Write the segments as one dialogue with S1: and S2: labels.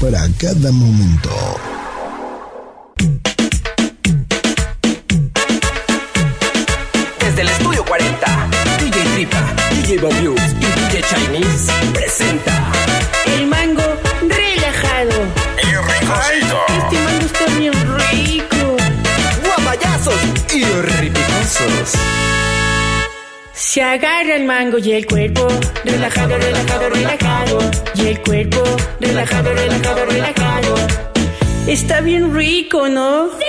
S1: para cada momento.
S2: Desde el estudio 40, DJ Tripa, DJ Babius y DJ Chinese presenta
S3: El mango relajado.
S2: El relajado.
S3: Este mango está bien rico.
S2: Guapayazos y ripicosos.
S3: Se agarra el mango y el cuerpo, relajado, relajado, relajado. Y el cuerpo, relajado, relajado, relajado. Está bien rico, ¿no? ¡Sí!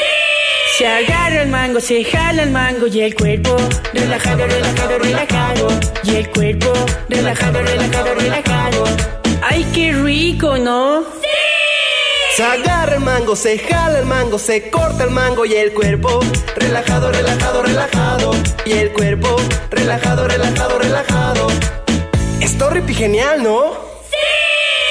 S3: Se agarra el mango, se jala el mango y el cuerpo, relajado, relajado, relajado. Y el cuerpo, relajado, relajado, relajado. ¡Ay, qué rico, ¿no?
S2: Se agarra el mango, se jala el mango, se corta el mango y el cuerpo relajado, relajado, relajado. Y el cuerpo relajado, relajado, relajado. Esto genial, ¿no?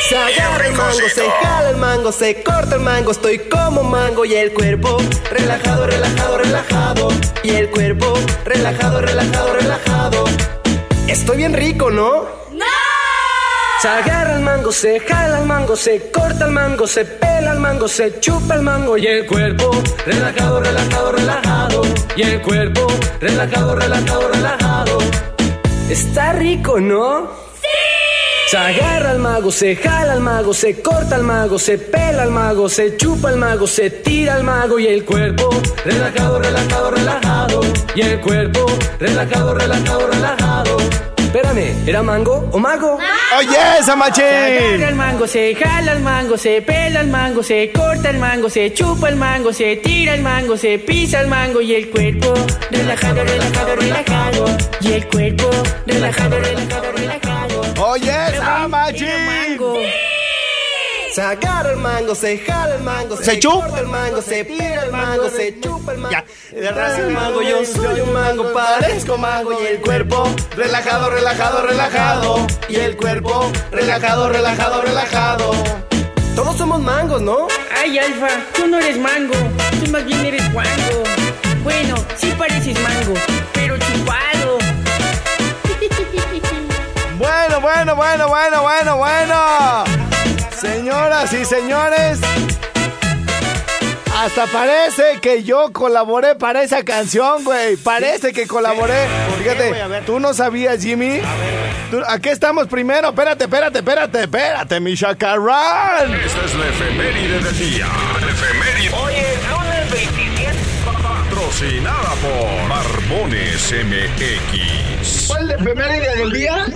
S2: Se agarra el mango, se jala el mango, se corta el mango, estoy como mango y el cuerpo relajado, relajado, relajado. Y el cuerpo relajado, relajado, relajado. Estoy bien rico, ¿no? Se agarra el mango, se jala el mango, se corta el mango, se pela el mango, se chupa el mango y el cuerpo relajado, relajado, relajado. Y el cuerpo relajado, relajado, relajado. Está rico, ¿no? Se agarra el mago, se jala el mago, se corta el mago, se pela el mago, se chupa el mago, se tira el mago y el cuerpo relajado, relajado, relajado. Y el cuerpo relajado, relajado, relajado. Espérame, ¿era mango o mago?
S4: Oye,
S3: Se
S4: Samachín.
S3: agarra el mango, se jala el mango, se pela el mango, se corta el mango, se chupa el mango, se tira el mango, se pisa el mango y el cuerpo relajado, relajado, relajado. Y el cuerpo relajado, relajado, relajado.
S4: Oye,
S3: Era
S4: Samachín.
S3: mango.
S2: Se agarra el mango, se jala el mango,
S4: Se chupa.
S2: corta el mango, se tira el mango, se chupa el mango.
S4: Ya.
S2: De raza el mango, yo soy un mango, parezco mango y el cuerpo relajado, relajado, relajado y el cuerpo relajado, relajado, relajado. Todos somos mangos, ¿no?
S3: Ay, Alfa, tú no eres mango, tú más bien eres guango. Bueno, sí pareces mango, pero chupado.
S4: Bueno, bueno, bueno, bueno, bueno, bueno. Señoras y señores. Hasta parece que yo colaboré para esa canción, güey. Parece que colaboré. Fíjate, tú no sabías, Jimmy. Tú- aquí estamos primero. Espérate, espérate, espérate, espérate, mi chacarrán.
S5: Esta es la efeméride del día. La efeméride. Hoy es lunes 27. Patrocinada por Barbones MX.
S6: ¿Cuál de efeméride del día?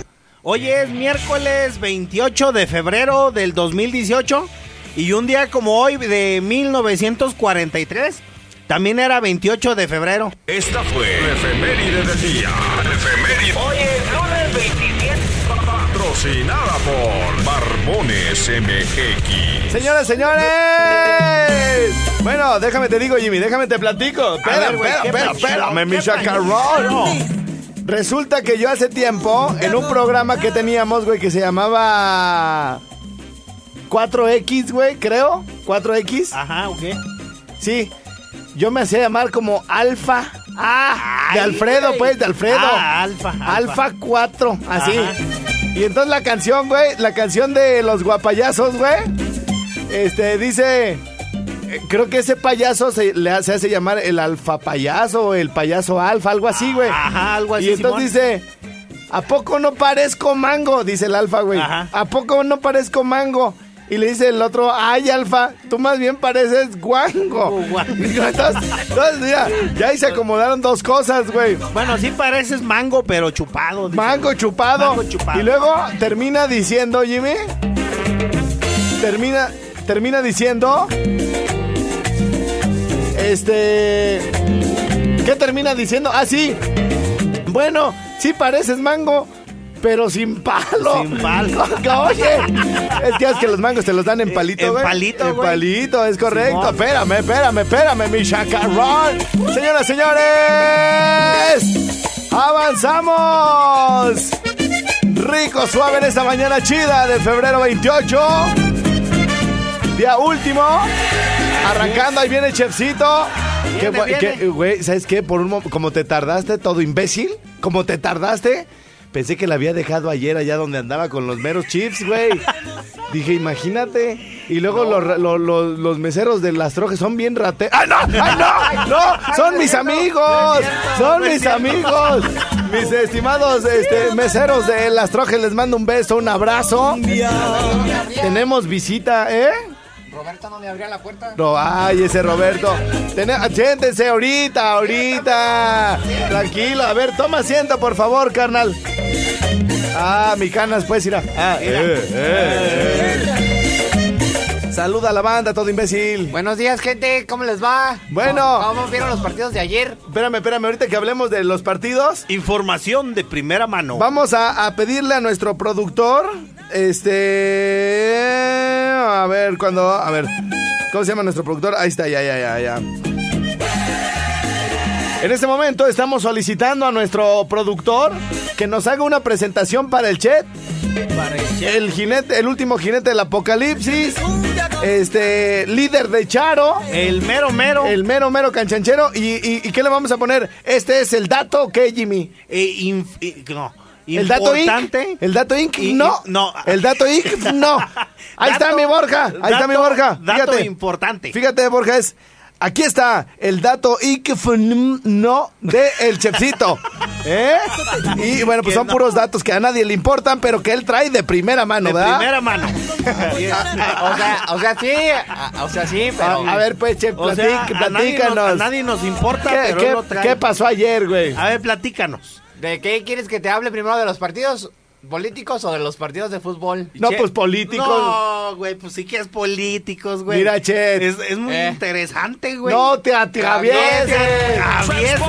S7: Hoy es miércoles 28 de febrero del 2018 y un día como hoy de 1943 también era 28 de febrero.
S5: Esta fue la efeméride del día. La efeméride. Hoy es lunes 27. Patrocinada por Barbones MX.
S4: Señoras, señores. Bueno, déjame te digo, Jimmy, déjame te platico. Espera,
S7: ver, güey,
S4: espera,
S7: ¿qué
S4: espera,
S7: pasó?
S4: espérame,
S7: ¿Qué
S4: mi
S7: pasó?
S4: chacarrón. Resulta que yo hace tiempo, en un programa que teníamos, güey, que se llamaba 4X, güey, creo. 4X.
S7: Ajá, ok.
S4: Sí. Yo me hacía llamar como Alfa. Ah, de
S7: Ay,
S4: Alfredo,
S7: güey.
S4: pues, de Alfredo.
S7: Ah, Alfa, Alfa.
S4: Alfa 4, así.
S7: Ajá.
S4: Y entonces la canción, güey, la canción de los guapayazos, güey. Este, dice. eh, Creo que ese payaso se le ha- se hace llamar el alfa payaso o el payaso alfa, algo así, güey.
S7: Ajá, algo así,
S4: Y entonces dice, ¿a poco no parezco mango? Dice el alfa, güey.
S7: Ajá.
S4: ¿A poco no parezco mango? Y le dice el otro, ay, Alfa, tú más bien pareces guango. Entonces, entonces, mira, ya ahí se acomodaron dos cosas, güey.
S7: Bueno, sí pareces mango, pero chupado. dice.
S4: Mango chupado.
S7: Mango chupado.
S4: Y luego termina diciendo, Jimmy. Termina, termina diciendo. Este. ¿Qué termina diciendo? Ah, sí. Bueno, sí pareces mango. Pero sin palo.
S7: Sin palo. Eh,
S4: Que, Oye, es que es que los mangos te los dan en palito,
S7: en
S4: güey.
S7: palito,
S4: En
S7: güey.
S4: palito, es correcto.
S7: Simón.
S4: Espérame, espérame, espérame, mi chacarrón. Señoras, señores, avanzamos. Rico, suave en esta mañana chida de febrero 28. Día último. Arrancando, ahí viene Chefcito. Qué
S7: Viene,
S4: gua-
S7: viene.
S4: qué- güey, ¿sabes qué? Por un mo- como te tardaste, todo imbécil, como te tardaste, pensé que la había dejado ayer allá donde andaba con los meros chips, güey. Dije, imagínate. Y luego los, ra- lo- lo- los meseros de las trojes son bien rate. ¡Ay, no! ¡Ay, no! ¡No! ¡Son mis amigos! ¡Son mis amigos! Mis estimados este, meseros de las trojes, les mando un beso, un abrazo. Tenemos visita, ¿eh? No, ay, ese Roberto. Tene- siéntense ahorita, ahorita. Tranquilo, a ver, toma asiento, por favor, carnal. Ah, mi canas, pues irá. Ah, eh, eh, eh. Saluda a la banda, todo imbécil.
S6: Buenos días, gente. ¿Cómo les va?
S4: Bueno.
S6: ¿Cómo, cómo vieron los partidos de ayer?
S4: Espérame, espérame, ahorita que hablemos de los partidos,
S7: Información de primera mano.
S4: vamos a, a pedirle a nuestro productor, este... A ver, cuando... A ver, ¿cómo se llama nuestro productor? Ahí está, ya, ya, ya, ya. En este momento estamos solicitando a nuestro productor que nos haga una presentación para el chat. El jinete, el último jinete del apocalipsis. Este líder de Charo.
S7: El mero mero.
S4: El mero mero canchanchero. ¿Y, y, y qué le vamos a poner? Este es el dato que Jimmy.
S7: eh, inf- eh, no.
S4: El dato Inc.
S7: Importante.
S4: El dato Inc.
S7: Y-
S4: No.
S7: y- no.
S4: El dato Inc. No. Ahí está
S7: Dato-
S4: mi Borja. Ahí está mi
S7: dato-
S4: Borja.
S7: dato importante.
S4: Fíjate, Borja, es. Aquí está el dato Inc. No de el chefcito. ¿Eh? Y bueno, pues
S7: Que
S4: son
S7: no.
S4: puros datos que a nadie le importan, pero que él trae de primera mano,
S7: de
S4: ¿verdad?
S7: primera mano.
S6: Eh, O sea, o sea, sí. a- Ah, O sea, sí, pero.
S4: A, a ver, pues, chef,
S7: O sea,
S4: platic-
S7: a, nadie nos, a
S4: platícanos.
S7: nadie nos importa,
S4: ¿Qué-
S7: pero
S4: qué-
S7: él lo trae.
S4: qué pasó ayer, güey?
S7: A ver, platícanos.
S6: ¿De qué quieres que te hable primero? ¿De los partidos políticos o de los partidos de fútbol?
S4: No,
S7: Che-
S4: pues políticos.
S7: No, güey, pues sí que es políticos, güey.
S4: Mira, che.
S7: Es, es muy
S6: Eh.
S7: interesante, güey.
S4: No te atravieses. Ah,
S7: Avieses.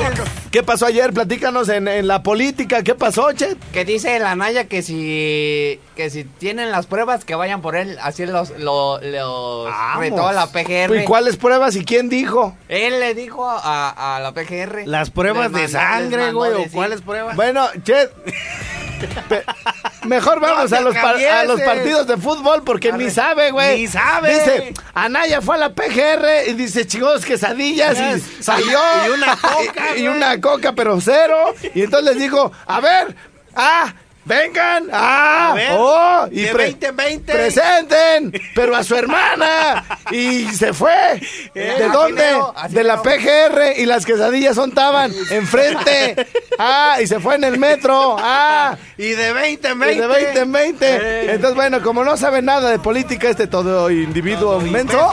S4: ¿Qué pasó ayer? Platícanos en, en la política. ¿Qué pasó, Chet?
S6: Que dice la Naya que si. Que si tienen las pruebas, que vayan por él. Así los. Los. Los.
S7: Vamos.
S6: retó la PGR.
S4: ¿Y cuáles pruebas y quién dijo?
S6: Él le dijo a, a la PGR.
S7: Las pruebas
S6: Les mandó-
S7: de sangre,
S6: les mandó
S7: güey, o
S6: decir.
S7: cuáles pruebas.
S4: Bueno, Chet. pe- Mejor vamos
S7: te
S4: a, los par- a los
S7: atravieses.
S4: partidos de fútbol porque ni sabe, güey.
S7: ni sabe.
S4: Dice, Anaya fue a la PGR y dice, chicos, quesadillas y
S7: Yes.
S4: salió.
S7: Y una coca,
S4: Y, y
S7: güey.
S4: una coca, pero cero. Y entonces les dijo, a ver, ah, vengan, ah,
S7: A ver,
S4: oh. Y
S7: de
S4: pre-
S7: 20 en 20.
S4: Presenten, pero a su hermana. Y se fue. ¿De
S6: Eh, así
S4: dónde?
S6: mero, así
S4: De la
S6: mero.
S4: PGR y las quesadillas son taban enfrente. Ah, y se fue en el metro. Ah,
S7: Y de 20 en
S4: y
S7: 20.
S4: de 20 en
S6: Eh.
S4: 20. Entonces, bueno, como no sabe nada de política este todo individuo menso,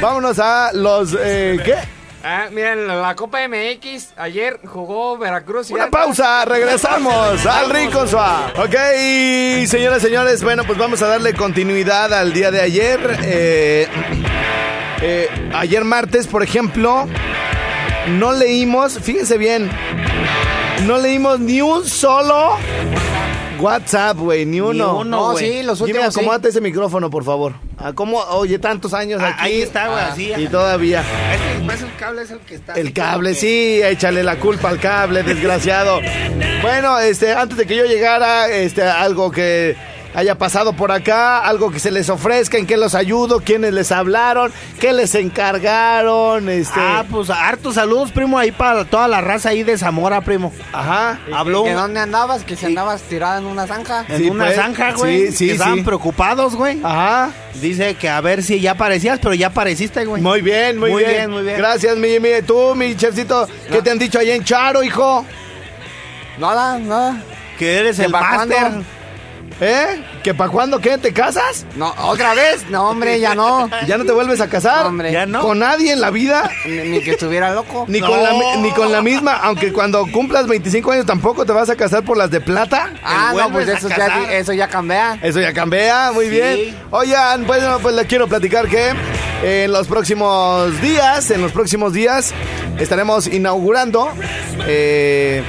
S4: vámonos a los... eh, ¿Qué?
S6: Ah, miren, la- la Copa MX. Ayer jugó Veracruz y.
S4: Una
S6: Atlas.
S4: pausa, regresamos al Rincón Suave. Ok, señoras, señores, bueno, pues vamos a darle continuidad al día de ayer. Eh, eh, ayer martes, por ejemplo, no leímos, fíjense bien, no leímos ni un solo WhatsApp, güey, ni uno.
S7: uno,
S6: No,
S7: güey.
S6: sí, los
S4: Jimmy,
S6: últimos. sí.
S4: acomódate ese micrófono, por favor. Acomo- oye, tantos años
S7: Ah,
S4: aquí. Ah,
S7: ahí está, güey, así.
S4: Y todavía.
S7: Este, pues, el cable es el que está.
S4: El
S7: así
S4: cable,
S7: como que-
S4: sí, échale la culpa al cable, desgraciado. Bueno, este, antes de que yo llegara, este, algo que haya pasado por acá, algo que se les ofrezca, en qué los ayudo, quiénes les hablaron, qué les encargaron, este.
S7: Ah, pues hartos saludos, primo, ahí para toda la raza ahí de Zamora, primo.
S4: ajá.
S7: Habló
S6: ¿Que
S7: un-
S6: dónde andabas? Que si andabas tirada en una zanja.
S7: en
S4: Sí,
S7: una
S4: pues.
S7: zanja, güey.
S4: Sí, sí,
S7: que estaban
S4: sí.
S7: preocupados, güey.
S4: Ajá.
S7: Dice que a ver si ya aparecías, pero ya apareciste, güey.
S4: Muy bien, muy,
S7: pues, Muy
S4: bien.
S7: bien, muy bien.
S4: Gracias, mi, mi- tú, mi chefcito. ¿Qué te han dicho ahí en Charo, hijo?
S6: Nada, nada.
S7: Que eres
S6: ¿Que
S7: el
S6: para
S7: máster.
S6: cuándo?
S4: ¿Eh? ¿Que para cuándo qué? ¿Te casas?
S6: No, ¿otra vez? No, hombre, ya no.
S4: ¿Ya no te vuelves a casar?
S6: Hombre. Ya
S7: no.
S4: ¿Con nadie en la vida?
S6: Ni, ni que estuviera loco.
S4: Ni, con la, mi- ni con la misma, aunque cuando cumplas 25 años tampoco te vas a casar por las de plata.
S6: Ah,
S7: Te
S6: no,
S7: vuelves
S6: pues eso
S7: a
S6: ya,
S7: casar.
S6: eso ya cambia.
S4: Eso ya cambia, muy
S6: Sí.
S4: bien. Oigan, pues, no, pues les quiero platicar que en los próximos días, en los próximos días, estaremos inaugurando eh,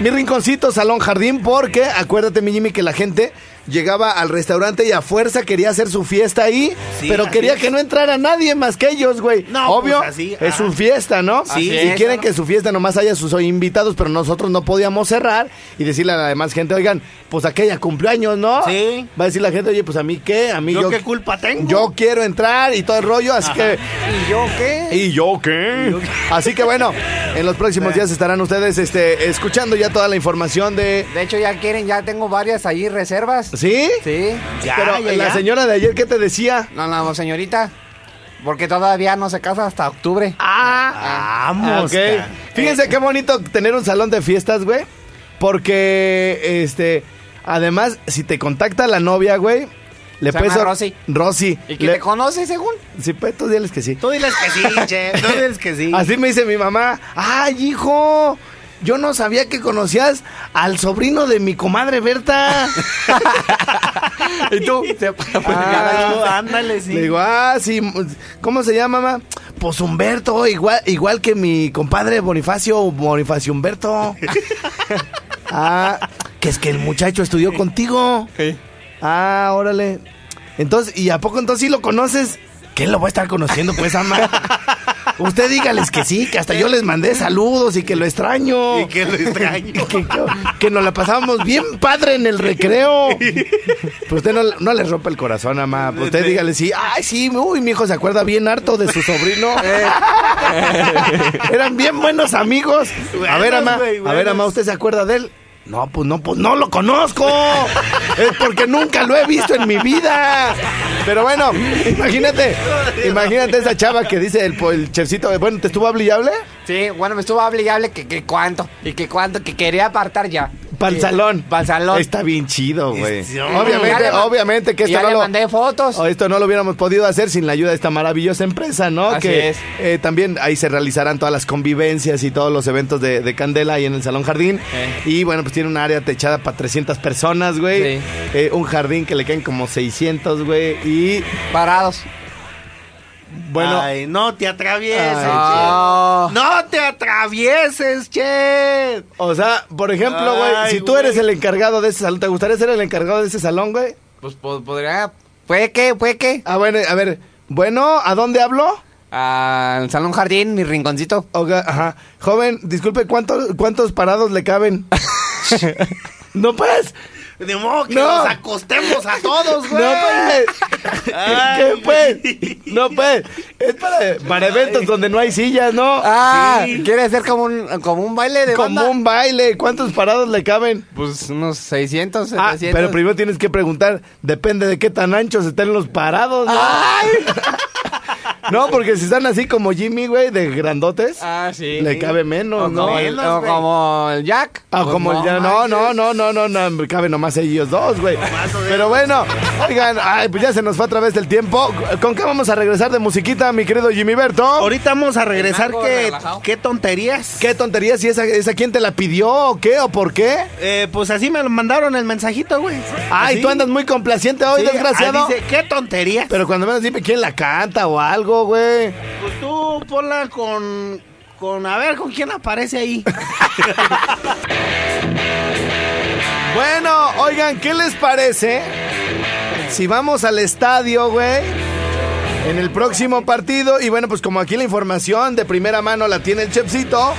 S4: mi rinconcito Salón Jardín, porque acuérdate, mi Jimmy, que la gente llegaba al restaurante y a fuerza quería hacer su fiesta ahí,
S7: Sí,
S4: pero
S7: así
S4: quería
S7: es.
S4: que no entrara nadie más que ellos, güey.
S7: No,
S4: Obvio,
S7: pues, así,
S4: es
S7: ajá.
S4: su fiesta, ¿no?
S7: Sí.
S4: si
S7: Así es,
S4: quieren
S7: claro.
S4: que su fiesta nomás haya sus invitados, pero nosotros no podíamos cerrar y decirle a la demás gente, oigan, pues aquella cumpleaños, ¿no?
S7: Sí.
S4: Va a decir la gente, oye, pues a mí qué, a mí
S7: ¿Yo
S4: yo,
S7: qué culpa tengo?
S4: Yo quiero entrar y todo el rollo, así que.
S6: ¿Y yo qué?
S4: ¿Y yo qué? Así que bueno, en los próximos días estarán ustedes este, escuchando ya toda la información de.
S6: De hecho, ya quieren, ya tengo varias ahí reservas.
S4: ¿Sí?
S6: Sí.
S7: Ya,
S4: Pero
S7: Ah, ya,
S4: la
S7: ya.
S4: señora de ayer, ¿qué te decía?
S6: No, no, señorita. Porque todavía no se casa hasta octubre.
S4: Ah,
S7: Vamos,
S4: ok.
S7: cara.
S4: Fíjense qué bonito tener un salón de fiestas, güey. Porque, este, además, si te contacta la novia, güey, le
S6: Se
S4: puedes.
S6: llama Rosy.
S4: Rosy.
S6: ¿Y que
S4: Le-
S6: te conoce, según?
S4: Sí, pues tú diles que sí.
S7: Tú diles que sí, che. Tú diles que sí.
S4: Así me dice mi mamá. ¡Ay, hijo! Yo no sabía que conocías al sobrino de mi comadre Berta.
S6: ¿Y tú?
S4: Ah.
S7: Tú, ándale, sí.
S4: Le digo, ah, sí. ¿Cómo se llama, mamá? Pues Humberto, igual, igual que mi compadre Bonifacio, Bonifacio Humberto. ah, que es que el muchacho estudió contigo. Ah, órale. Entonces, ¿y a poco entonces sí lo conoces? ¿Quién lo va a estar conociendo, pues, ama? Usted dígales que sí, que hasta yo les mandé saludos y que lo extraño.
S7: Y que lo extraño.
S4: Que, que- que nos la pasábamos bien padre en el recreo. Pero usted no, no le rompe el corazón, mamá. Usted dígale, sí, ay, sí, uy, mi hijo se acuerda bien harto de su sobrino.
S7: Eh.
S4: Eran bien buenos amigos. a ver,
S7: Buenos,
S4: mamá,
S7: güey,
S4: a ver,
S7: buenos.
S4: mamá, ¿usted se acuerda de él? No, pues no, pues no lo conozco. Es porque nunca lo he visto en mi vida. Pero bueno, imagínate, imagínate esa chava que dice el, po- el chefcito, bueno, ¿te estuvo hable y hable?
S6: Sí, bueno, me estuvo hable y hable que, que cuánto, y que cuánto, que quería apartar ya.
S4: Pa'l salón.
S6: Pa'l salón.
S4: Está bien chido, güey.
S7: Sí,
S6: Ya
S4: Obviamente,
S6: le man-
S4: obviamente que este
S6: y
S4: esto
S6: ya
S4: no
S6: le
S4: lo...
S6: mandé fotos.
S4: o esto no lo hubiéramos podido hacer sin la ayuda de esta maravillosa empresa, ¿no?
S6: Así
S4: que
S6: es.
S4: eh, también ahí se realizarán todas las convivencias y todos los eventos de, de Candela ahí en el Salón Jardín.
S6: Eh.
S4: Y bueno, pues tiene un área techada para 300 personas, güey.
S6: Sí.
S4: Eh, un jardín que le caen como 600, güey. Y
S6: Parados.
S4: bueno,
S7: Ay, no te atravieses,
S6: Ah.
S7: che. No te atravieses, che.
S4: o sea, por ejemplo, güey,
S7: Ay,
S4: si tú
S7: güey.
S4: eres el encargado de ese salón, ¿te gustaría ser el encargado de ese salón, güey?
S6: Pues po- podría. ¿Puede que? ¿Puede que?
S4: Ah, bueno, a ver. Bueno, ¿a dónde hablo?
S6: Al Salón Jardín, mi rinconcito.
S4: Oiga, ajá. Joven, disculpe, ¿cuántos, ¿cuántos parados le caben? no, pues.
S7: De modo que
S4: No.
S7: nos acostemos a todos, güey.
S4: No, pues. ¿Qué,
S7: Ay.
S4: pues? No, pues. Es para, para eventos donde no hay sillas, ¿no?
S6: Ah, ¿quiere ser como un, como un baile de
S4: Como
S6: banda?
S4: un baile. ¿Cuántos parados le caben?
S6: Pues unos 600,
S4: Ah,
S6: 700.
S4: pero primero tienes que preguntar, depende de qué tan anchos estén los parados, ¿no? No, porque si están así como Jimmy, güey, de grandotes,
S6: Ah, sí.
S4: le cabe menos,
S6: O
S4: ¿no?
S6: como, el, o como el Jack. Pues,
S4: Ah,
S7: Pues
S4: como el ya, no, no, no, no, no, no, cabe nomás ellos dos, güey. Pero bueno, oigan, ay, pues ya se nos fue otra vez el tiempo. ¿Con qué vamos a regresar de musiquita, mi querido Jimmy Berto?
S7: Ahorita vamos a regresar.
S6: mango
S7: ¿Qué,
S6: relajado.
S7: qué tonterías?
S4: ¿Qué tonterías? ¿Y esa, esa quién te la pidió o qué o por qué?
S7: Eh, pues así me lo mandaron el mensajito, güey.
S4: Ay,
S7: Así.
S4: tú andas muy complaciente hoy,
S7: ¿Ah, Sí,
S4: desgraciado.
S7: ah, dice, qué tonterías.
S4: Pero cuando menos dime quién la canta o algo, güey.
S7: Pues tú ponla con. Con, a ver, ¿con quién aparece ahí?
S4: Bueno, oigan, ¿qué les parece? Si vamos al estadio, güey. En el próximo partido. Y bueno, pues como aquí la información de primera mano la tiene el Chepsito.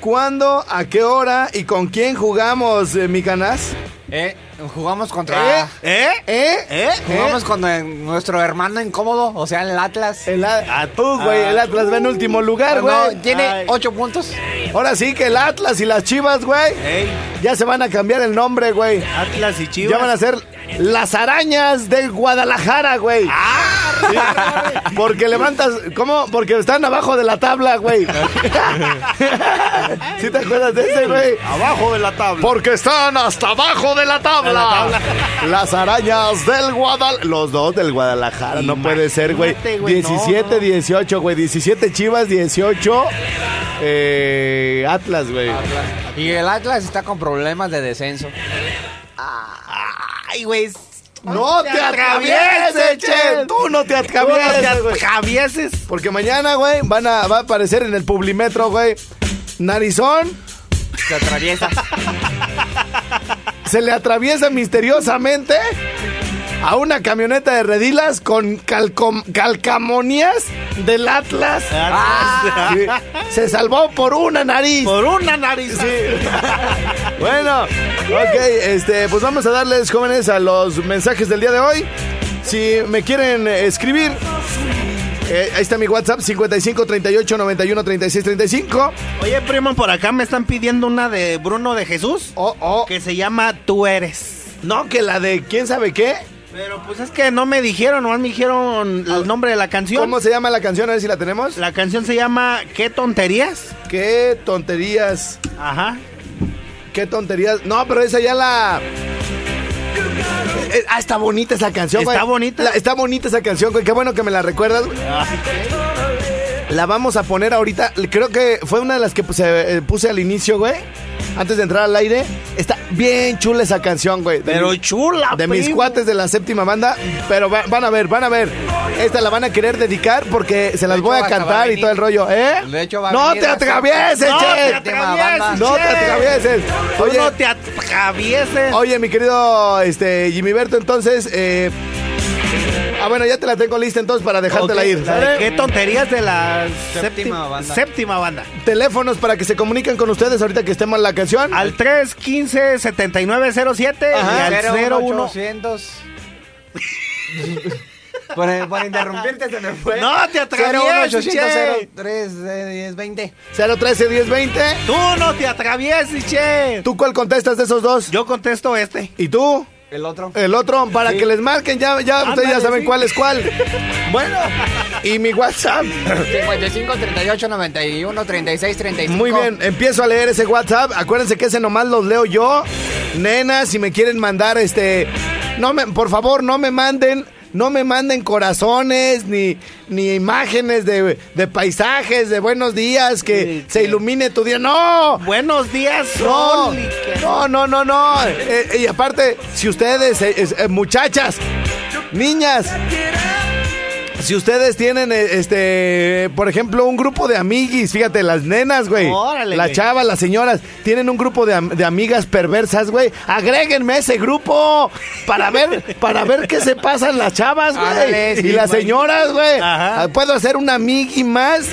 S4: ¿Cuándo, a qué hora y con quién jugamos, eh, mi canas?
S6: Eh, jugamos contra.
S4: Eh,
S7: ¿Eh?
S4: ¿Eh?
S7: ¿Eh?
S6: Ah. Jugamos contra nuestro hermano incómodo, o sea, el Atlas.
S7: Eh,
S6: Ah,
S4: El a- tú, güey. El Atlas va en último
S6: No,
S4: lugar, güey.
S6: tiene
S7: Ay.
S6: ocho puntos.
S4: Ahora sí que el Atlas y las Chivas, güey.
S7: Ey,
S4: Ya se van a cambiar el nombre, güey.
S7: Atlas y Chivas.
S4: Ya van a ser las arañas del Guadalajara, güey.
S7: ¡Ah!
S4: Porque levantas. ¿Cómo? Porque están abajo de la tabla, güey. ¿Sí te acuerdas de ese, güey?
S8: Abajo de la tabla.
S4: Porque están hasta abajo de la tabla. Las arañas del Guadalajara. Los dos del Guadalajara. No puede ser, güey.
S7: Imagínate, güey,
S4: 17,
S7: no, no.
S4: 18, güey. 17 Chivas, 18. eh, Atlas, güey.
S6: Y el Atlas está con problemas de descenso.
S7: Ay, güey.
S4: No te atravieses, che. Tú no te atravieses, güey.
S7: Javieses.
S4: Porque mañana, güey, van a, va a aparecer en el Publimetro, güey. Narizón
S6: Se atraviesa.
S4: se le atraviesa misteriosamente a una camioneta de redilas con calcom- calcamonías del Atlas. Ah. Sí. Se salvó por una nariz.
S7: Por una nariz.
S4: Bueno, ok, este, pues vamos a darles, jóvenes, a los mensajes del día de hoy. Si me quieren eh, escribir, eh, ahí está mi WhatsApp, 55 38 91 36 35.
S7: Oye, primo, por acá me están pidiendo una de Bruno de Jesús.
S4: Oh, oh.
S7: Que se llama Tú eres.
S4: No, que la de quién sabe qué.
S7: Pero pues es que no me dijeron, nomás me dijeron el nombre de la canción.
S4: ¿Cómo se llama la canción? A ver si la tenemos.
S7: La canción se llama ¿Qué tonterías?
S4: Qué tonterías.
S7: Ajá.
S4: Qué tonterías. No, pero esa ya la. Eh, Ah, está bonita esa canción, güey.
S7: Está bonita.
S4: La- está bonita esa canción, güey. Qué bueno que me la recuerdas. güey. Ah. La vamos a poner ahorita. Creo que fue una de las que puse, eh, puse al inicio, güey. Antes de entrar al aire. Está bien chula esa canción, güey. De
S7: Pero
S4: mi-
S7: chula,
S4: De mis
S7: primo.
S4: cuates de la séptima banda. Pero va- van a ver, van a ver. Esta la van a querer dedicar porque se las
S6: De
S4: voy
S6: hecho,
S4: a
S6: hasta va a
S4: cantar y
S6: venir.
S4: todo el rollo, ¿eh?
S6: De hecho, va a
S4: no
S6: venir
S4: te
S6: la-
S4: atravieses,
S7: No
S4: che.
S7: te
S6: Tema banda.
S7: atravieses.
S4: No te
S7: che.
S4: atravieses.
S7: Tú
S4: Oye,
S7: no te atravieses.
S4: Oye, mi querido este, Jimmy Berto, entonces. eh, ah, bueno, ya te la tengo lista entonces para dejártela
S7: Ok,
S4: ir.
S7: la de
S4: ¿sale?
S7: ¿Qué tonterías de la
S6: Séptima
S7: séptima
S6: banda.
S7: banda? Séptima banda.
S4: Teléfonos para que se comuniquen con ustedes ahorita que estemos en la canción.
S7: Al 315-7907
S4: Ajá.
S7: y al 01.
S6: 01800. por, por interrumpirte se me fue.
S7: No te atravieses, che.
S6: eh, 01800-03-1020.
S4: 013 1020.
S7: Tú no te atravieses, che.
S4: ¿Tú cuál contestas de esos dos?
S7: Yo contesto este.
S4: ¿Y tú?
S6: El otro.
S7: Eh.
S4: El otro, para que les marquen, ya, ya ustedes ya
S7: Ándale,
S4: saben
S7: sí.
S4: cuál es cuál. Bueno, y mi WhatsApp.
S6: 55 38 91 36 35.
S4: Muy bien, empiezo a leer ese WhatsApp. Acuérdense que ese nomás los leo yo. Nena, si me quieren mandar este. No me, por favor, no me manden. No me manden corazones ni, ni imágenes de, de paisajes, de buenos días, que
S7: Sí,
S4: se
S7: sí.
S4: ilumine tu día. ¡No!
S7: Buenos días,
S4: No,
S7: sol y que-
S4: no, no, no, no. Eh, eh, y aparte, si ustedes, eh, es- eh, muchachas, niñas, si ustedes tienen, eh, este, por ejemplo, un grupo de amiguis, fíjate, las nenas, güey,
S7: Órale,
S4: las
S7: güey.
S4: chavas, las señoras, tienen un grupo de, am- de amigas perversas, güey, agréguenme a ese grupo para ver, para ver qué se pasan las chavas, güey,
S6: Ándale, sí,
S4: y las
S6: güey.
S4: señoras, güey.
S7: Ajá.
S4: Ah, Puedo hacer un amigui más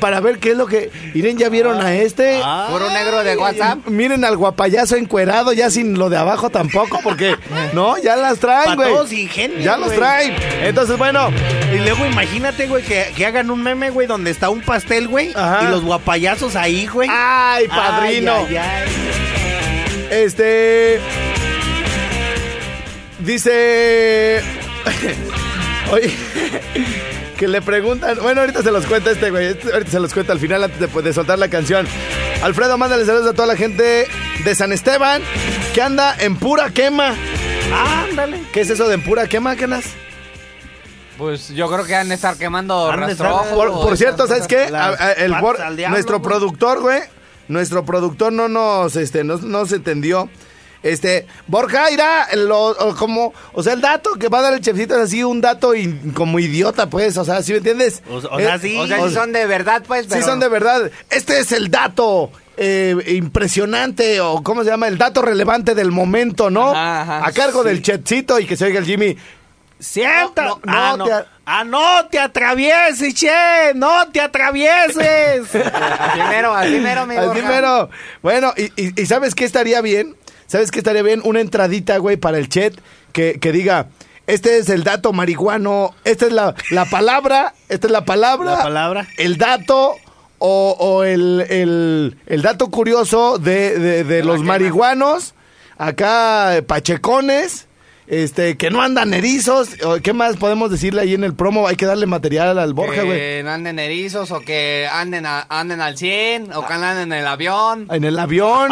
S4: para ver qué es lo que, Irene, ya vieron a este.
S6: Ah. Puro negro de WhatsApp.
S4: Miren al guapayazo encuerado, ya sin lo de abajo tampoco, porque no, ya las traen,
S7: Pa'
S4: güey.
S7: todos ingenios,
S4: Ya los
S7: güey.
S4: traen. Entonces, bueno,
S7: Y luego imagínate, güey, que, que hagan un meme, güey, donde está un pastel, güey,
S4: Ajá.
S7: y los guapayazos ahí, güey.
S4: ay, padrino.
S7: Ay, ay, ay.
S4: Este. Dice. Oye. Que le preguntan. Bueno, ahorita se los cuenta este, güey. Este- Ahorita se los cuenta al final antes de, pues, de soltar la canción. Alfredo, mándale saludos a toda la gente de San Esteban que anda en pura quema.
S7: Ándale.
S4: ¿Qué es eso de en pura quema, Canas?
S6: Pues yo creo que han de estar quemando
S7: Han de estar-
S6: rastrojo.
S4: Por,
S6: o
S4: por
S6: esas
S4: cierto, ¿sabes
S6: cosas.
S4: qué?
S7: Las
S4: A- a- el
S7: patas
S4: bor-
S7: al diablo,
S4: nuestro
S7: güey.
S4: productor, güey. Nuestro productor no nos, este, no, no se entendió. Este, Borja, irá, lo, o como, o sea, el dato que va a dar el chefcito es así un dato in- como idiota, pues, o sea, ¿sí me entiendes?
S7: O- o sea,
S4: Eh,
S7: sí.
S6: O sea, si son de verdad, pues.
S4: sí
S6: pero-
S4: son de verdad. Este es el dato eh, impresionante, o ¿cómo se llama? El dato relevante del momento, ¿no?
S6: Ajá, ajá,
S4: a cargo del chefcito y que se oiga el Jimmy.
S7: Sienta.
S4: No, no,
S7: ah,
S4: no
S7: no.
S4: te a-
S7: Ah, no te atravieses, che. No te atravieses.
S6: Así mero, así mero, mi
S4: Así
S6: Borja.
S4: mero. Bueno, y, y- y ¿sabes qué estaría bien? ¿Sabes qué estaría bien? Una entradita, güey, para el chat que, que diga, este es el dato marihuano, esta es la, la palabra, esta es la palabra.
S7: La palabra.
S4: El dato o, o el, el- el dato curioso de, de- de los marihuanos, acá eh, pachecones. Este, que no andan erizos. O, ¿Qué más podemos decirle ahí en el promo? Hay que darle material al Borja, güey.
S7: Eh.
S6: que no anden erizos o que anden, a- anden al 100 o que
S4: Ah.
S6: anden en el avión.
S4: En el avión,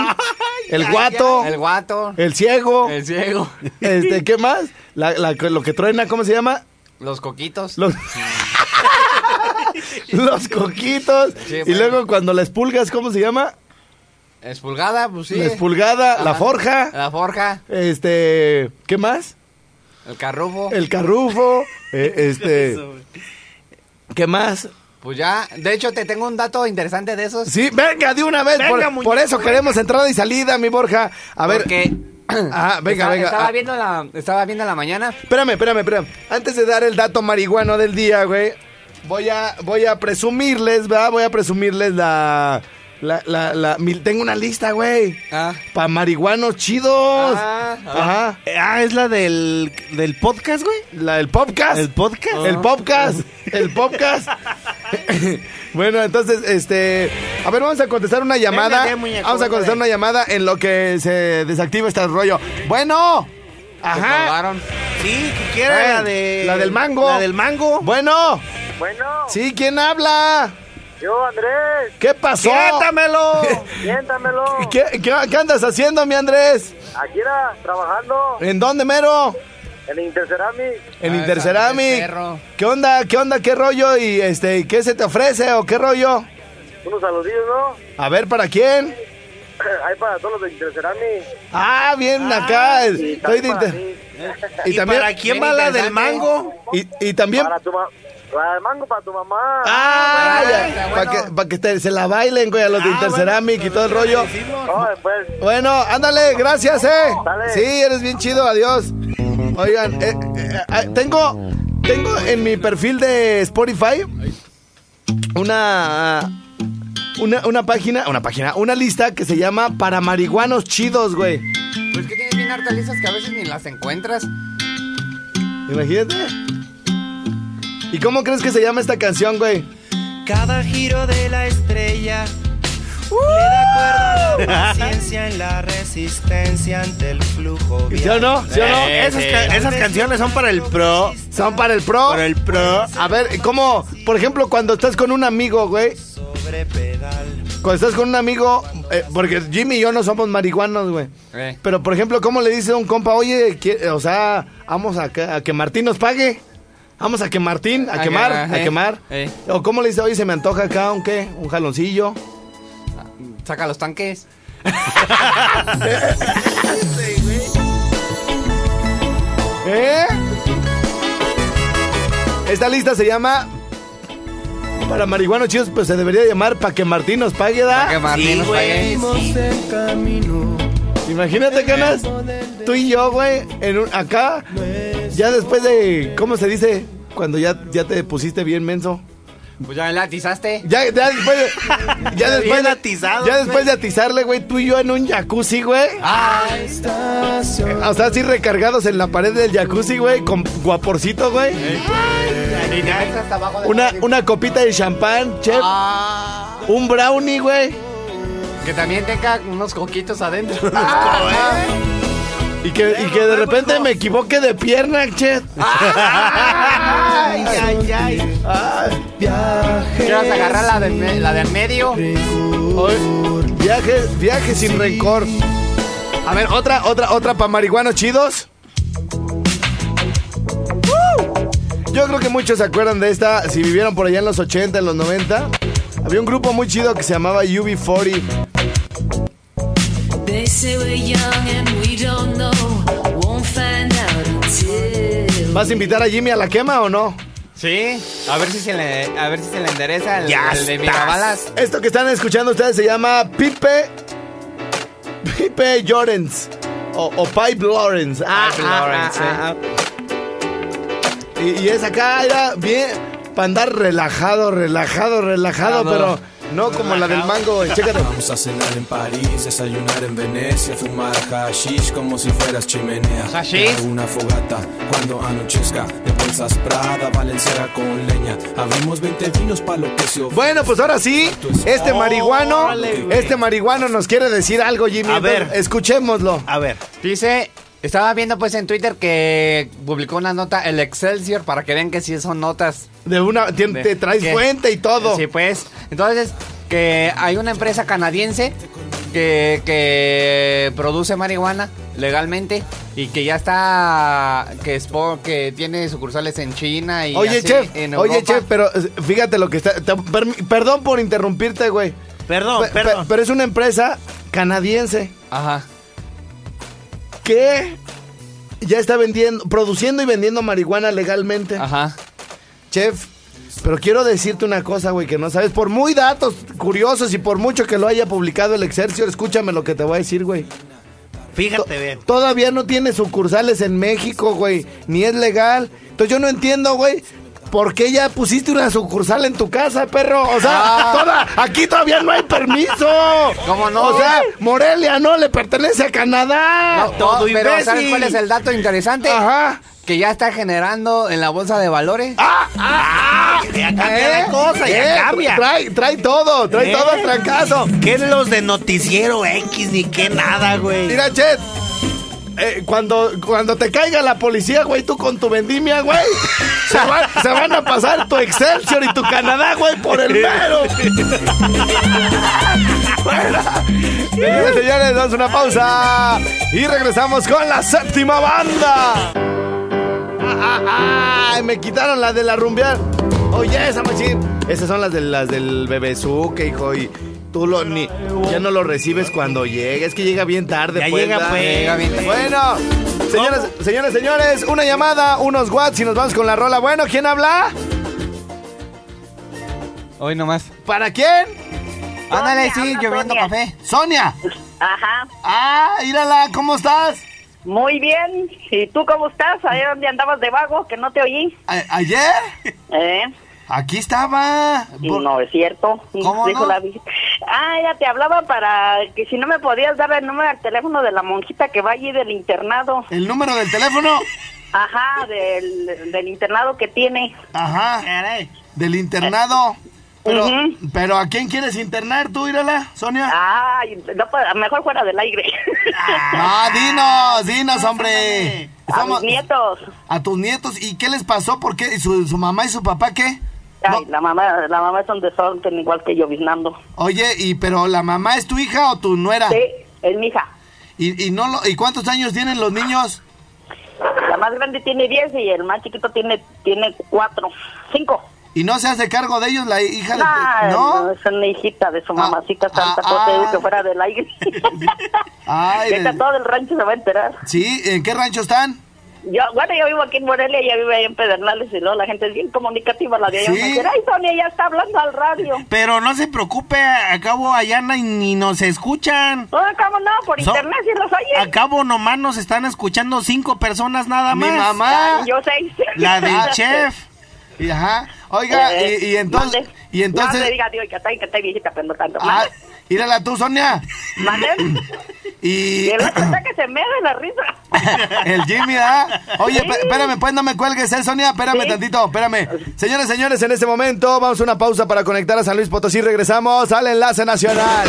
S4: el guato,
S6: El guato.
S4: el ciego.
S6: El ciego.
S4: Este, ¿qué más? La- la- lo que truena, ¿cómo se llama?
S6: Los coquitos.
S4: Los, Los coquitos.
S6: Sí,
S4: Y
S6: bueno.
S4: luego cuando la expulgas, ¿cómo se llama?
S6: Espulgada, pues sí.
S4: La expulgada,
S6: Ajá.
S4: la
S6: Ah.
S4: forja.
S6: La forja.
S4: Este, ¿qué más?
S6: El carrufo.
S4: El carrufo. eh, este, ¿qué más?
S6: Pues ya. De hecho, te tengo un dato interesante de esos.
S4: Sí, venga, de una vez.
S7: Venga,
S4: por,
S7: muñeco,
S4: por eso queremos entrada y salida, mi Borja. A ver.
S6: Porque
S4: Ah, venga,
S6: estaba,
S4: venga.
S6: Estaba,
S4: Ah,
S6: viendo la, estaba viendo la mañana.
S4: Espérame, espérame, espérame. Antes de dar el dato marihuano del día, güey, voy a, voy a presumirles, ¿verdad? Voy a presumirles la. la, la, la- mi- tengo una lista, güey.
S6: Ah.
S4: Pa' marihuanos chidos.
S6: Ah,
S4: Ajá.
S7: Eh, Ah, es la del, del podcast, güey.
S4: La del podcast.
S7: ¿El podcast? Ah.
S4: El podcast. El podcast. bueno, entonces, este. A ver, vamos a contestar una llamada.
S7: Venga, ya, muñeco,
S4: vamos a contestar
S7: venga.
S4: una llamada en lo que se desactiva este rollo. Bueno.
S6: Te
S4: Ajá.
S6: colgaron.
S7: Sí, que quiera
S4: Eh,
S7: la de...
S4: la del mango.
S7: La del mango.
S4: Bueno.
S8: Bueno,
S4: Sí, ¿quién habla?
S8: yo Andrés,
S4: ¿Qué pasó?
S7: ¡Quítamelo!
S8: siéntamelo.
S4: ¿Qué, qué, qué andas haciendo, mi Andrés?
S8: Aquí era trabajando
S4: ¿En dónde, mero?
S8: en Intercerami.
S4: En
S6: Ah,
S4: Intercerami.
S6: esa- perro.
S4: ¿Qué onda? ¿Qué onda? ¿Qué rollo? ¿Y este, qué se te ofrece o qué rollo?
S8: Unos saluditos, ¿no?
S4: A ver, ¿para quién?
S8: Ahí para todos los de Intercerami.
S4: Ah, bien, acá.
S8: Y
S4: Estoy de
S8: también para
S4: inter-
S8: ti.
S4: Y,
S7: ¿Y
S4: también.
S7: para quién
S6: Bien
S7: va la del
S6: interesante.
S7: mango?
S4: Y, y también.
S8: Para tu mamá. Para el mango, para tu mamá.
S4: ah,
S6: Ah,
S4: ya,
S6: ya,
S4: para
S6: bueno.
S4: que, pa' que te- se la bailen, güey, a los de
S7: Ah,
S4: Interceramic
S7: bueno,
S4: y todo el
S7: pues,
S4: rollo.
S7: decimos.
S8: No, después.
S4: Bueno, ándale, gracias, eh.
S8: Dale.
S4: Sí, eres bien chido, adiós. Oigan, eh, eh, eh, tengo, tengo en mi perfil de Spotify una, una, una página, una página, una lista que se llama Para Marihuanos Chidos, güey.
S6: Pues que tienes bien hartas listas que a veces ni las encuentras.
S4: Imagínate. ¿Y cómo crees que se llama esta canción, güey?
S9: Cada giro de la estrella
S4: ¡Uh!
S9: le da cuerda a la paciencia en la resistencia ante el flujo.
S4: ¿Sí o no? ¿Sí o no?
S7: Eh, esas, ca- esas canciones son para el pro.
S9: eh.
S4: Son para el pro.
S7: Para el pro.
S4: A ver, ¿cómo? Por ejemplo, cuando estás con un amigo, güey.
S9: Sobre pedal.
S4: Cuando estás con un amigo, eh, porque Jimmy y yo no somos marihuanos, güey.
S6: Eh.
S4: Pero, por ejemplo, ¿cómo le dice a un compa, oye, qui- o sea, vamos a, que- a que Martín nos pague? Vamos a que Martín, a,
S6: A que-
S4: quemar, a
S6: eh,
S4: quemar.
S6: eh.
S4: O cómo le dice, oye, se me antoja acá un qué, un jaloncillo.
S6: Saca los tanques.
S4: ¿Eh? Esta lista se llama... Para marihuanos chidos, pues se debería llamar para que Martín nos pague, ¿da?
S6: Que Martín nos pague.
S4: Imagínate, ganas. Tú y yo, güey, en un- acá, ya después de, ¿cómo se dice? Cuando ya, ya te pusiste bien menso.
S6: Pues ya la atizaste.
S4: Ya, ya después de, ya después
S7: Bien
S4: de,
S7: atizado,
S4: ya después de atizarle, güey, tú y yo en un jacuzzi, güey. O sea, así recargados en la pared del jacuzzi, güey, con guaporcito, güey.
S6: Y te metes hasta abajo de
S4: Una,
S6: la-
S4: una copita de champán, chef.
S6: Ah,
S4: Un brownie, güey.
S6: que también tenga unos coquitos adentro.
S4: Y que, y que de repente me equivoque de pierna, chef.
S7: Ay, ay, ay.
S6: Quieras agarrar la de, me- la de en medio.
S4: Hoy, viaje, viaje sin rencor. A ver, otra, otra, otra para marihuanos chidos. ¡Uh! Yo creo que muchos se acuerdan de esta. Si vivieron por allá en los 80, en los 90. Había un grupo muy chido que se llamaba UB40.
S10: They say we're young and we don't know. Won't find out until.
S4: ¿Vas a invitar a Jimmy a la quema o no?
S6: Sí. A ver si se le, a ver si se le endereza el,
S7: Ya
S6: el de
S7: estás.
S6: Mirabalas.
S4: Esto que están escuchando ustedes se llama Pipe. Pipe Llorens. O, o Pipe Lawrence. Ah,
S6: Pipe
S4: ah,
S6: Lawrence, eh.
S11: eh.
S4: ah, ah. Y, y es acá, era bien. Para andar relajado, relajado, relajado,
S6: Relajado.
S4: pero no como la del mango, güey. Chécate.
S11: Vamos a cenar en París, desayunar en Venecia, fumar hashish como si fueras chimenea.
S6: Hashish.
S11: Hago Una fogata cuando anochezca, de bolsas Prada, Valenciaga con leña. Abrimos 20 vinos para lo que se ofrece.
S4: Bueno, pues ahora sí, este marihuano, este marihuano nos quiere decir algo, Jimmy.
S7: A
S4: Entonces,
S7: ver.
S4: escuchémoslo.
S7: A ver.
S6: Dice Estaba viendo pues en Twitter que publicó una nota el Excelsior para que vean que sí son notas.
S4: De una, te, te traes fuente y todo.
S6: Sí, pues. Entonces, que hay una empresa canadiense que, que produce marihuana legalmente y que ya está que es por- que tiene sucursales en China y
S4: Oye,
S6: así
S4: chef,
S6: en
S4: oye,
S6: Europa.
S4: chef, pero eh, fíjate lo que está. te- per- perdón por interrumpirte, güey.
S7: Perdón,
S4: Pe- pe- pero es una empresa canadiense.
S6: Ajá.
S4: Que ya está vendiendo, produciendo y vendiendo marihuana legalmente.
S6: Ajá.
S4: Chef, pero quiero decirte una cosa, güey, que no sabes. Por muy datos curiosos y por mucho que lo haya publicado el Excelsior, escúchame lo que te voy a decir, güey.
S7: Fíjate bien.
S4: Todavía no tiene sucursales en México, güey. Ni es legal. Entonces yo no entiendo, güey. ¿Por qué ya pusiste una sucursal en tu casa, perro? O sea,
S7: Ah.
S4: toda- aquí todavía no hay permiso.
S6: ¿Cómo no?
S4: O sea, Morelia no le pertenece a Canadá.
S6: No, no, pero ¿sabes cuál es el dato interesante? Ajá. Que ya está generando en la bolsa de valores.
S4: ¡Ah!
S7: Ya cambia la cosa, ya
S4: ¿Eh?
S7: cambia.
S4: Trae, trae todo, trae
S7: ¿Eh?
S4: todo al trancazo.
S7: ¿Qué es los de noticiero X ni qué nada, güey?
S4: Mira, Chet. eh, cuando, cuando te caiga la policía, güey, tú con tu vendimia, güey, se, van- se van a pasar tu Excelsior y tu Canadá, güey, por el mero. bueno, señores, señores, damos una pausa y regresamos con la séptima banda. Ay, me quitaron la de la rumbear. Oye, esa machín. Esas son las de las del bebezuque, hijo, y tú lo ni ya no lo recibes cuando llega, es que llega bien tarde,
S7: Ya
S4: pues,
S7: llega,
S4: ¿verdad?
S7: pues.
S4: Llega bien tarde. Bueno, señoras, señores, señores, una llamada, unos watts y nos vamos con la rola. Bueno, ¿quién habla?
S6: Hoy nomás.
S4: ¿Para quién?
S6: Ándale, sí, lloviendo café. Sonia.
S12: Ajá.
S4: Ah, írala, ¿cómo estás?
S12: Muy bien. ¿Y tú cómo estás? ¿Ayer dónde andabas de vago? Que no te oí.
S4: ¿Ayer?
S12: ¿Eh?
S4: Aquí estaba.
S12: No, es cierto.
S4: ¿Cómo
S12: Dijo
S4: no?
S12: la Virgen. Ah, ella te hablaba para que si no me podías dar el número al teléfono de la monjita que va allí del internado.
S4: ¿El número del teléfono?
S12: Ajá, del, del internado que tiene.
S4: Ajá. Del internado. Pero,
S12: Ujú.
S4: pero ¿a quién quieres internar tú, írala, Sonia?
S12: Ay, no, pues, a lo mejor fuera del aire.
S4: Ah, No, dinos, dinos, hombre.
S12: A mis nietos.
S4: A tus nietos. ¿Y qué les pasó? ¿Por qué? ¿Y ¿Su, su mamá y su papá qué?
S12: Ay, la mamá, la mamá es un desorden igual que lloviznando.
S4: Oye, ¿y pero la mamá es tu hija o tu nuera?
S12: Sí, es mi hija.
S4: ¿Y, y no lo- ¿y cuántos años tienen los niños?
S12: La más grande tiene 10 y el más chiquito tiene tiene 4, 5.
S4: ¿Y no se hace cargo de ellos la hija de
S12: Ah,
S4: ¿No?
S12: no, es una hijita de su mamacita Santa
S4: ah,
S12: José,
S4: ah.
S12: que fuera del aire.
S4: Ay,
S12: Ahorita
S4: de-
S12: todo el rancho se va a enterar.
S4: ¿Sí? ¿En qué rancho están?
S12: Yo, bueno, yo vivo aquí en Morelia, ella vive ahí en Pedernales y luego la gente es bien comunicativa, la de allá.
S7: Sí.
S12: va a decir, Ay, Sonia, ya está hablando al radio.
S7: Pero no se preocupe, acabo allá ni- ni nos escuchan.
S12: No, ¿cómo no? Por
S7: So-
S12: internet sí los oye.
S7: Acabo nomás nos están escuchando cinco personas nada más.
S4: Mi mamá.
S12: Ay, yo seis.
S7: La del chef.
S4: Y, ajá. Oiga,
S12: Eh,
S4: "Ah, y, y entonces...
S12: mande.
S4: Y entonces...
S12: No, le diga, digo, que está, que está viejita, pero no tanto.
S4: Ah, írala tú, Sonia.
S12: Mande.
S4: Y...
S12: Y el otro está que se me de la risa.
S4: El Jimmy, ¿ah? Oye, pe- espérame, pues no me cuelgues, ¿eh, Sonia? Espérame
S12: Sí.
S4: tantito, espérame. Señores, señores, en este momento vamos a una pausa para conectar a San Luis Potosí. Regresamos al Enlace Nacional.